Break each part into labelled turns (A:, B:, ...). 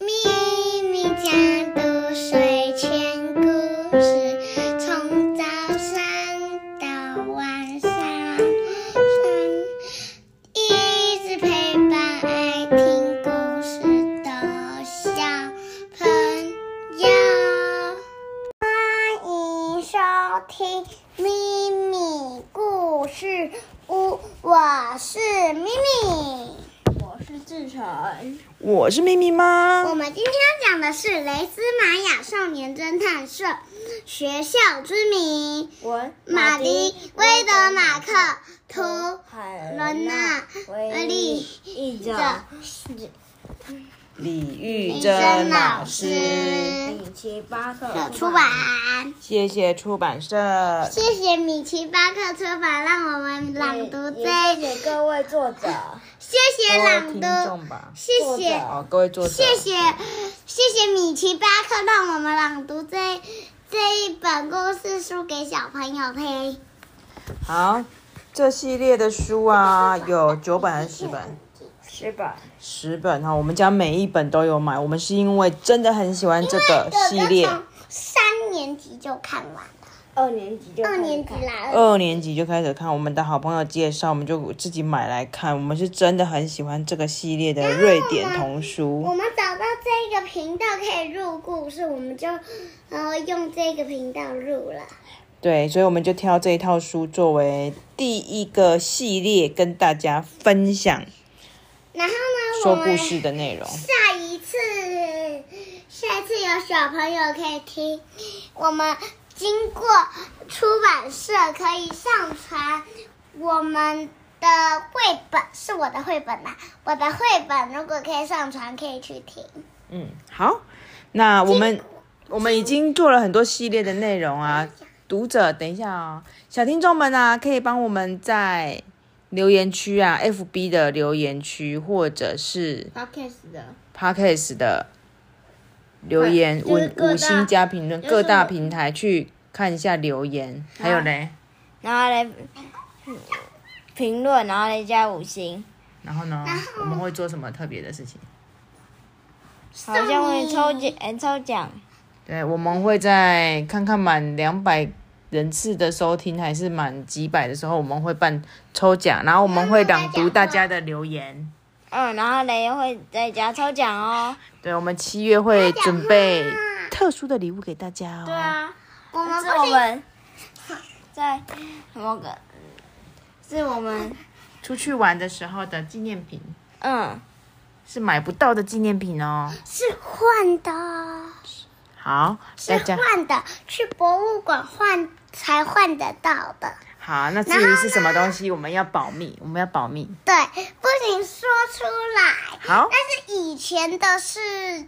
A: 咪咪家的睡前故事，从早上到晚上，一直陪伴爱听故事的小朋友。欢迎收听咪咪故事屋，我是咪咪。
B: 我是志成，
C: 我是咪咪
A: 我
C: 吗？
A: 们今天要讲的是《雷斯玛雅少年侦探社》学校之谜，
B: 文
A: 马丁·威德马克图
B: 海
A: 伦纳威利
B: 译者
A: 的
C: 李玉
A: 医
C: 珍
A: 生
C: 老
A: 老
C: 师，
A: 师
B: 米奇巴克
A: 的出版。
C: 谢谢出版社。
A: 谢谢米奇巴克出版让我们朗读这
B: 也
A: 一，
B: 谢谢各位作者，
A: 谢谢朗
C: 听
A: 读
C: 众，吧，
A: 谢谢
B: 作
C: 哦，各位作者，
A: 谢谢谢谢米奇巴克让我们朗读这这一本故事书给小朋友听。
C: 好，这系列的书啊，有九本还是十本？
B: 是吧？
C: 十本哈，我们家每一本都有买。我们是因为真的很喜欢这个系列
A: 哥哥，从三年级就看完，
B: 二年级就
A: 二年级
B: 开始看，
A: 啦，
C: 二年级就开始看。我们的好朋友介绍，我们就自己买来看。我们是真的很喜欢这个系列的瑞典童
A: 我
C: 书。
A: 们找到这个频道可以录故事，我们就呃用这个频道录了。
C: 对，所以我们就挑这一套书作为第一个系列跟大家分享。
A: 然后呢，我
C: 说
A: 们
C: 故事的内容。
A: 下一次，下一次有小朋友可以听，我们经过出版社可以上传我们的绘本，是我的绘本呐、啊我的绘本如果可以上传，可以去听。
C: 嗯，好，那我们我们已经做了很多系列的内容啊。读者，等一下哦，小听众们啊，可以帮我们在留言区啊，FB 的留言区，或者是
B: Podcast 的
C: Podcast 的留言
A: 就是
C: 五
A: 各大
C: 五星加评论，
B: 是
C: 各大平台去看一下留言。还有嘞，
B: 然后来嗯评论，然后来加五星，
C: 然后呢，我们会做什么特别的事情？
B: 好像会抽
A: 送你
B: 奖，哎抽奖，
C: 对，我们会在看看满两百人次的收听，还是满几百的时候，我们会办抽奖，然后我们会朗读大家的留言。
B: 嗯，然后来会再加抽奖哦。
C: 对，我们七月会准备特殊的礼物给大家哦。
B: 对，啊，
A: 我们
B: 是
A: 不
B: 我
A: 是
B: 们 在某个， 是我们
C: 出去玩的时候的纪念品
B: 嗯。
C: 是买不到的纪念品哦。
A: 是换的，
C: 好，大
A: 是
C: 家
A: 换的，去博物馆换才换得到的。
C: 好，那至于是什么东西，我们要保密，我们要保密。
A: 对，不行说出来。
C: 好
A: 但是以前的是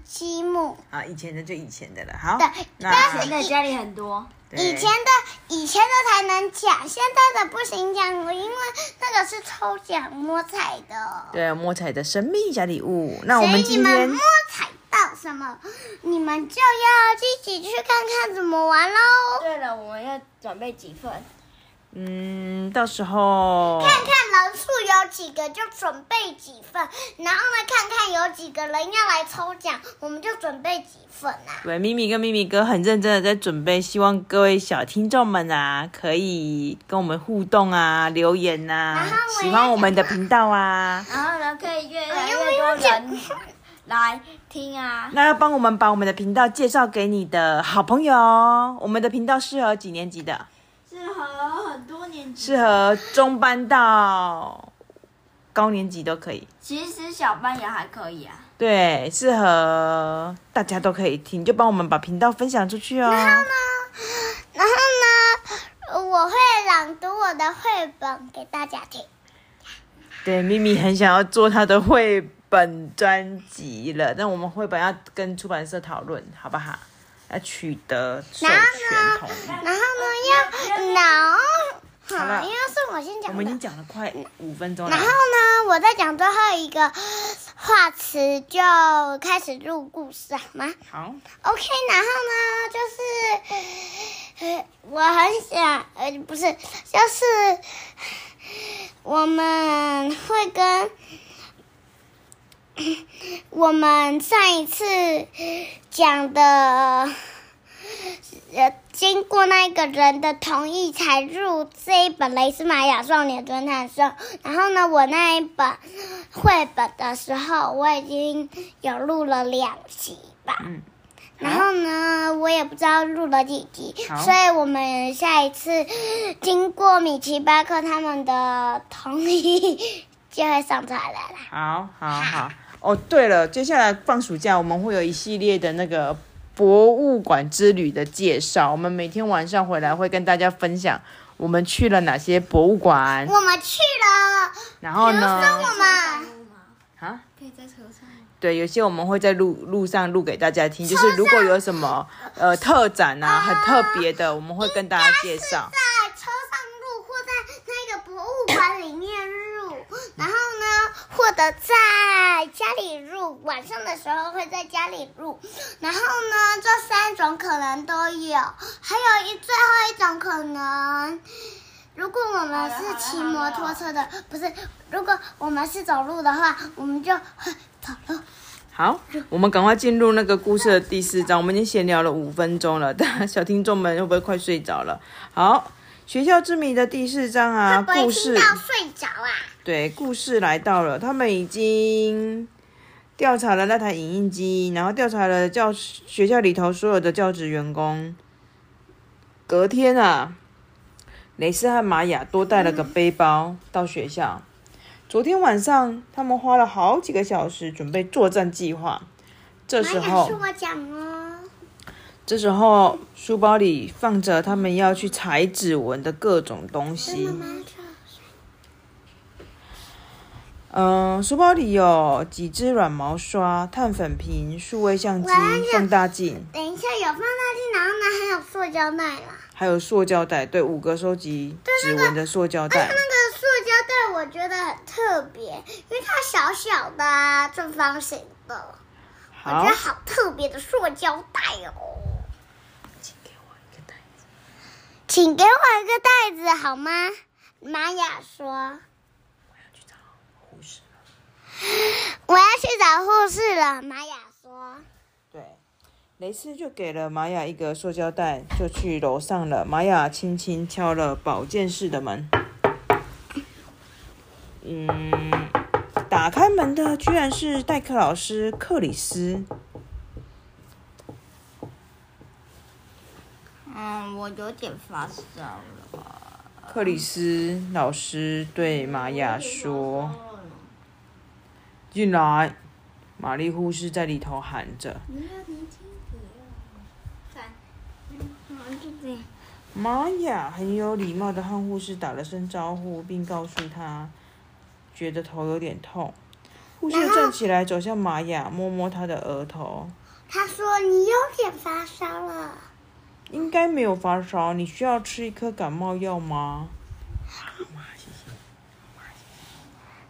A: 积木，
C: 啊，以前的就以前的了。好
A: 对，
C: 那
A: 但是
B: 在哦家里很多，
C: 对
A: 以前的以前的才能讲，现在的不行讲，因为那个是抽奖摸彩的。
C: 对摸彩的神秘小礼物。那
A: 所
C: 我
A: 以
C: 们
A: 你
C: 今
A: 们
C: 天
A: 摸彩到什么，你们就要自己去看看怎么玩喽。
B: 对了，我们要准备几份？
C: 嗯，到时候
A: 看看人数有几个，就准备几份。然后呢，看看有几个人要来抽奖，我们就准备几份啊。
C: 对咪咪跟咪咪哥很认真的在准备，希望各位小听众们啊，可以跟我们互动啊，留言呐、
A: 然后我
C: 喜
A: 要
C: 欢我们的频道啊，
B: 然后呢，可以越来
A: 哎
B: 越
A: 呦
B: 多
A: 我有讲
B: 人 来听啊。
C: 那要帮我们把我们的频道介绍给你的好朋友哦。我们的频道适合几年级的？
B: 适合很多年级，
C: 适合中班到高年级都可以。
B: 其实小班也还可以啊。
C: 对，适合大家都可以听，就帮我们把频道分享出去哦。
A: 然后呢，我会朗读我的绘本给大家听。
C: 对，咪咪很想要做她的绘本专辑了，但我们绘本要跟出版社讨论，好不好？要取得授权同意。
A: 然后呢，要脑，好，
C: 好了
A: 因为是我先
C: 我
A: 讲
C: 们已经
A: 的。
C: 讲了快五分钟了
A: 然后，呢，我再讲最后一个话词，就开始录故事好吗
C: 好，
A: ？OK，然后呢，就是呃，我很想，呃，不是，就是我们会跟我们上一次讲的，呃，经过那个人的同意才入这一本《雷斯玛雅少年侦探社》。然后呢，我那一本绘本的时候，我已经有录了两集吧。
C: 嗯
A: 然后呢，我也不知道录了几集，
C: 好
A: 所以我们下一次经过米奇巴克他们的同意，就会上传来
C: 嗯
A: 啦。
C: 好好好。哦，对了，接下来放暑假我们会有一系列的那个博物馆之旅的介绍，我们每天晚上回来会跟大家分享我们去了哪些博物馆，
A: 我们去了，
C: 然后
A: 比如说我
C: 呢，
A: 们
C: 啊，
B: 可以在车上吗。
C: 对，有些我们会在路路上录给大家听，就是如果有什么呃特展啊，很特别的，我们会跟大家介绍。
A: 在车上录，或在那个博物馆里面录，然后呢，或者在家里录，晚上的时候会在家里录，然后呢，这三种可能都有，还有一最后一种可能。如果我们是骑摩托车的，不是；如果我们是走路的话，我们就会走路。
C: 好，我们赶快进入那个故事的第四章。我们已经闲聊了五分钟了， 但小听众们会不会快睡着了？好，学校之谜的第四章啊，
A: 不会
C: 故
A: 听
C: 事
A: 到睡着啊！
C: 对故事来到了，他们已经调查了那台影印机，然后调查了教学校里头所有的教职员工。隔天啊，雷斯和玛雅多带了个背包到学校。昨天晚上，他们花了好几个小时准备作战计划。这
A: 玛
C: 时
A: 雅
C: 候
A: 是，我讲哦，
C: 这时候书包里放着他们要去裁指纹的各种东西。嗯，书包里有几支软毛刷、碳粉瓶、数位相机
A: 我要去、
C: 放大镜，
A: 等一下有放大镜，然后呢还有塑胶袋啦。
C: 还有塑胶袋，对，五个收哎集指纹的塑胶
A: 但
C: 袋
A: 是。那个塑胶袋我觉得很特别，因为它小小的、啊、正方形的，我觉
C: 好
A: 得，好特别的塑胶袋哦。请给我一个袋子好吗？玛雅说。我要去找护士了，玛雅说。
C: 对，雷斯就给了玛雅一个塑胶袋，就去楼上了。玛雅轻轻敲了保健室的门，嗯，打开门的居然是代课老师克里斯。
B: 嗯，我有点发烧了。
C: 克里斯老师对玛雅哎说。进来，玛丽护士在里头喊着
B: 你要听清楚。看，啊嗯，就这样。：“
C: 玛雅！”很有礼貌的和护士打了声招呼，并告诉她觉得头有点痛。护士站起来走向玛雅，摸摸她的额头，
A: 他说：“你有点发烧了。
C: 应该没有发烧。你需要吃一颗感冒药吗？”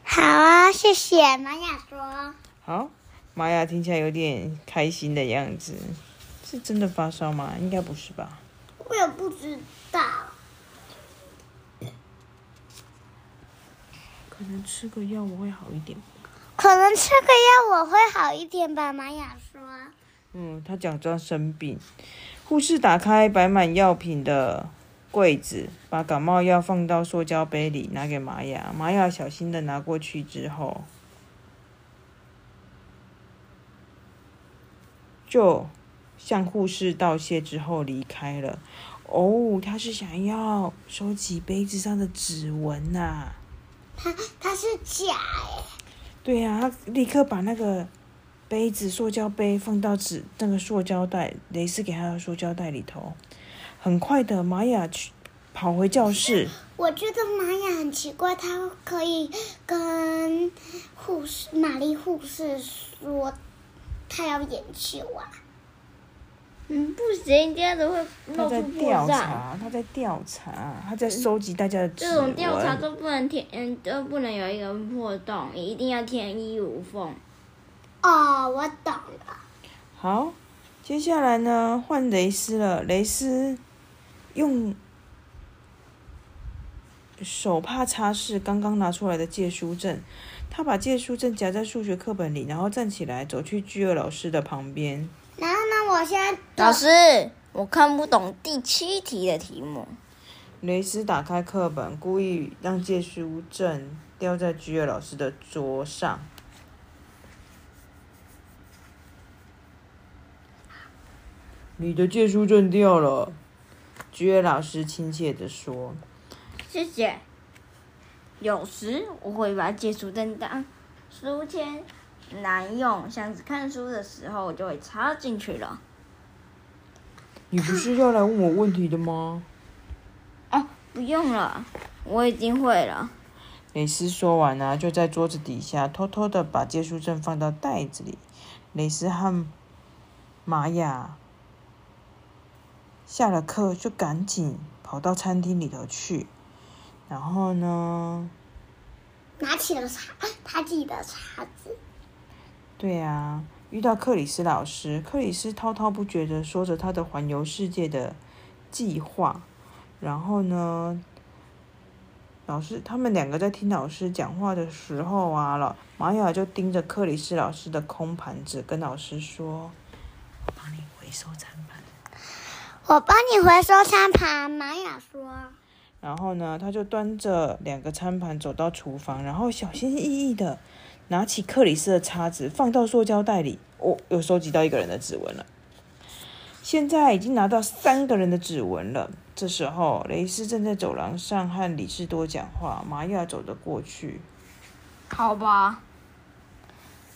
A: 好啊，谢谢。玛雅说
C: 好，玛雅听起来有点开心的样子。是真的发烧吗？应该不是吧。：“
A: 我也不知道。
C: 可能吃个药我会好一点。
A: 可能吃个药我会好一点吧。”玛雅说
C: 嗯，他假装生病。护士打开摆满药品的柜子，把感冒药放到塑胶杯里，拿给玛雅。玛雅小心的拿过去之后，就向护士道谢之后离开了。哦，他是想要收集杯子上的指纹啊呐、：“
A: 他他是假哎。
C: 对呀、他立刻把那个杯子、塑胶杯放到纸那个塑胶袋，雷斯给他的塑胶袋里头。很快的，玛雅去跑回 教室，
A: 我觉得玛雅很奇怪，她可以跟护士玛丽护士说她要研究啊。
B: 嗯，不行，这样子会
C: 他
B: 露
C: 在
B: 出
C: 调
B: 破绽。
C: 查，他在调查，他在收集大家的指
B: 这种
C: 纹。
B: 调查都不能填，嗯，都不能有一个破洞，一定要天衣无缝。
A: 哦，我懂了。
C: 好，接下来呢，换雷斯了。雷斯用手帕擦拭刚刚拿出来的借书证，他把借书证夹在数学课本里，然后站起来走去巨鳄老师的旁边。
A: 然后呢，我现在
B: 老师，我看不懂第七题的题目。
C: 雷斯打开课本，故意让借书证掉在巨鳄老师的桌上。你的借书证掉了，巨鳄老师亲切地说。
B: 谢谢。有时我会把借书灯当书签难用，想只看书的时候，我就会插进去了。
C: 你不是要来问我问题的吗？
B: 哦，不用了，我已经会了。
C: 蕾丝说完呢、就在桌子底下偷偷的把借书证放到袋子里。蕾丝和玛雅下了课就赶紧跑到餐厅里头去。然后呢？
A: 拿起了叉，他自己的叉子。
C: 对啊，遇到克里斯老师，克里斯滔滔不绝的说着他的环游世界的计划。然后呢，老师他们两个在听老师讲话的时候啊，老玛雅就盯着克里斯老师的空盘子，跟老师说：“我帮你回收餐盘。”
A: 我帮你回收餐盘，玛雅说。
C: 然后呢，他就端着两个餐盘走到厨房，然后小心翼翼的拿起克里斯的叉子，放到塑胶袋里。哦，又收集到一个人的指纹了。现在已经拿到三个人的指纹了。这时候，雷斯正在走廊上和李士多讲话，玛雅走了过去。
B: 好吧。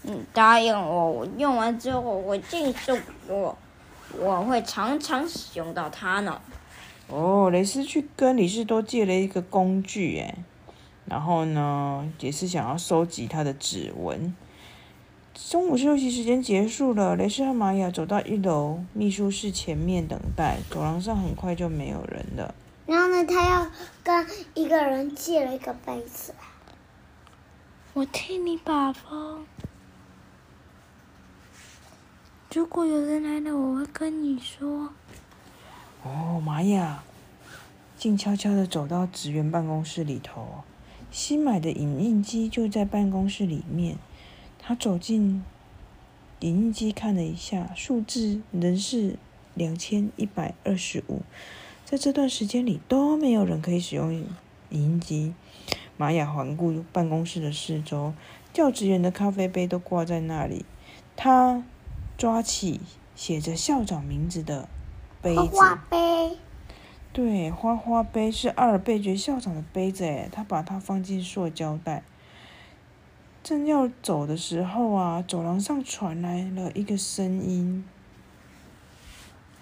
B: 你嗯答应我，我用完之后我尽速我我会常常使用到它呢。
C: 哦，雷斯去跟李士多借了一个工具，哎，然后呢，也是想要收集他的指纹。中午休息时间结束了，雷斯和玛雅走到一楼秘书室前面等待，走廊上很快就没有人了。
A: 然后呢，他要跟一个人借了一个杯子。
B: 我替你把风。如果有人来了，我会跟你说。
C: 哦，玛雅静悄悄地走到职员办公室里头，新买的影印机就在办公室里面。他走进影印机看了一下，数字仍是两千一百二十五。在这段时间里都没有人可以使用影印机。玛雅环顾办公室的四周，教职员的咖啡杯都挂在那里。他抓起写着校长名字的杯
A: 花
C: 子，
A: 花杯，
C: 对，花花杯是阿尔贝爵校长的杯子，诶，他把它放进塑胶袋。正要走的时候啊，走廊上传来了一个声音。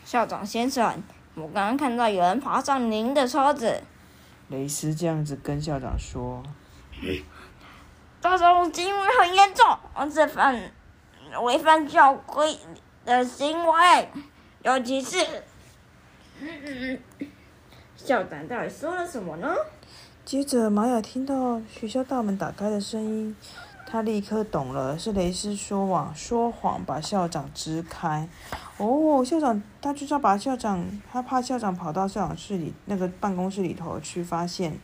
B: 校长先生，我刚刚看到有人爬上您的车子，
C: 雷斯这样子跟校长说
B: 这种行为很严重，是犯违反校规的行为，尤其是……嗯嗯嗯，校长到底说了什么呢？：“
C: 接着，玛雅听到学校大门打开的声音，他立刻懂了，是雷斯说谎，说谎把校长支开。哦，校长，他就是要把校长，他怕校长跑到校长室里那个办公室里头去，发现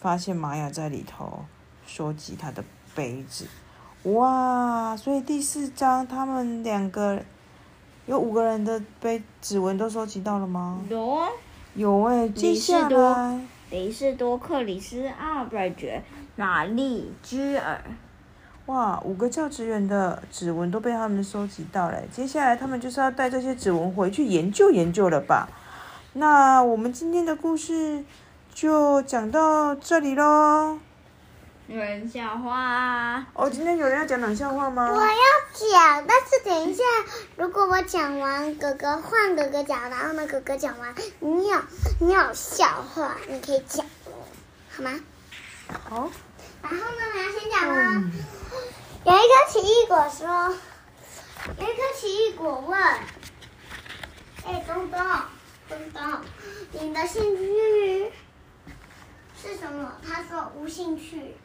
C: 发现玛雅在里头收集他的杯子。哇，所以第四章他们两个有五个人的杯指纹都收集到了吗？
B: 罗
C: 有哎、记
B: 李士
C: 下
B: 多
C: 来。
B: 雷士多克里斯阿尔伯爵玛丽居尔。
C: 哇，五个教职员的指纹都被他们收集到了，接下来他们就是要带这些指纹回去研究研究了吧？那我们今天的故事就讲到这里喽。
B: 有人笑话啊！
C: 哦，今天有人要讲冷笑话吗？
A: 我要讲，但是等一下，如果我讲完，哥哥换哥哥讲，然后呢，哥哥讲完，你有你有笑话，你可以讲，好吗？
C: 好，嗯
A: 然后呢，我要先讲了。有一颗奇异果说，有一颗奇异果问：“哎，东东，东东，你的兴趣是什么？”他说：“无兴趣。”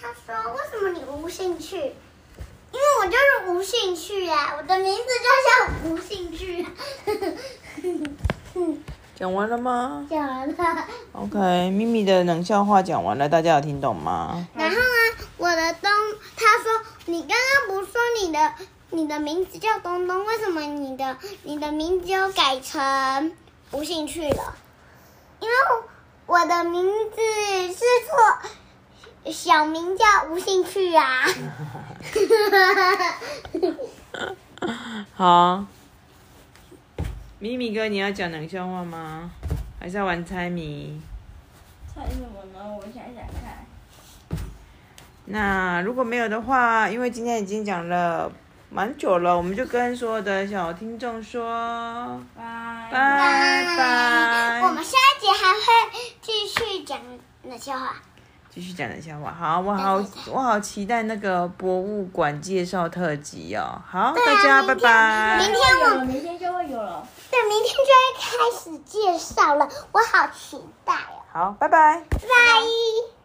A: 他说：“为什么你无兴趣？”因为我就是无兴趣啊，我的名字就叫无兴趣、啊。
C: 讲完了吗
A: 讲完了。
C: ？OK，咪咪的冷笑话讲完了，大家有听懂吗？
A: 然后呢，我我的东，他说你刚刚不是说你的你的名字叫东东，为什么你的你的名字又改成不兴趣了？因为我的名字是错，小名叫无兴趣啊。
C: 好，咪咪哥，你要讲冷笑话吗？还是要玩猜谜？
B: 猜什么呢？我想想看。
C: 那如果没有的话，因为今天已经讲了蛮久了，我们就跟所有的小听众说
B: 拜
C: 拜拜。
A: 我们下一集还会继续讲冷笑话。
C: 继续讲冷笑话。好，我好
A: 对对对
C: 我好期待那个博物馆介绍特辑哦。好，
A: 啊
C: 大家拜
A: 明天
C: 拜。
A: 明天
B: 有
A: 我
B: 了，明天就会有了。
A: 对，明天就会开始介绍了，我好期待哦！
C: 好，拜拜。
A: 拜。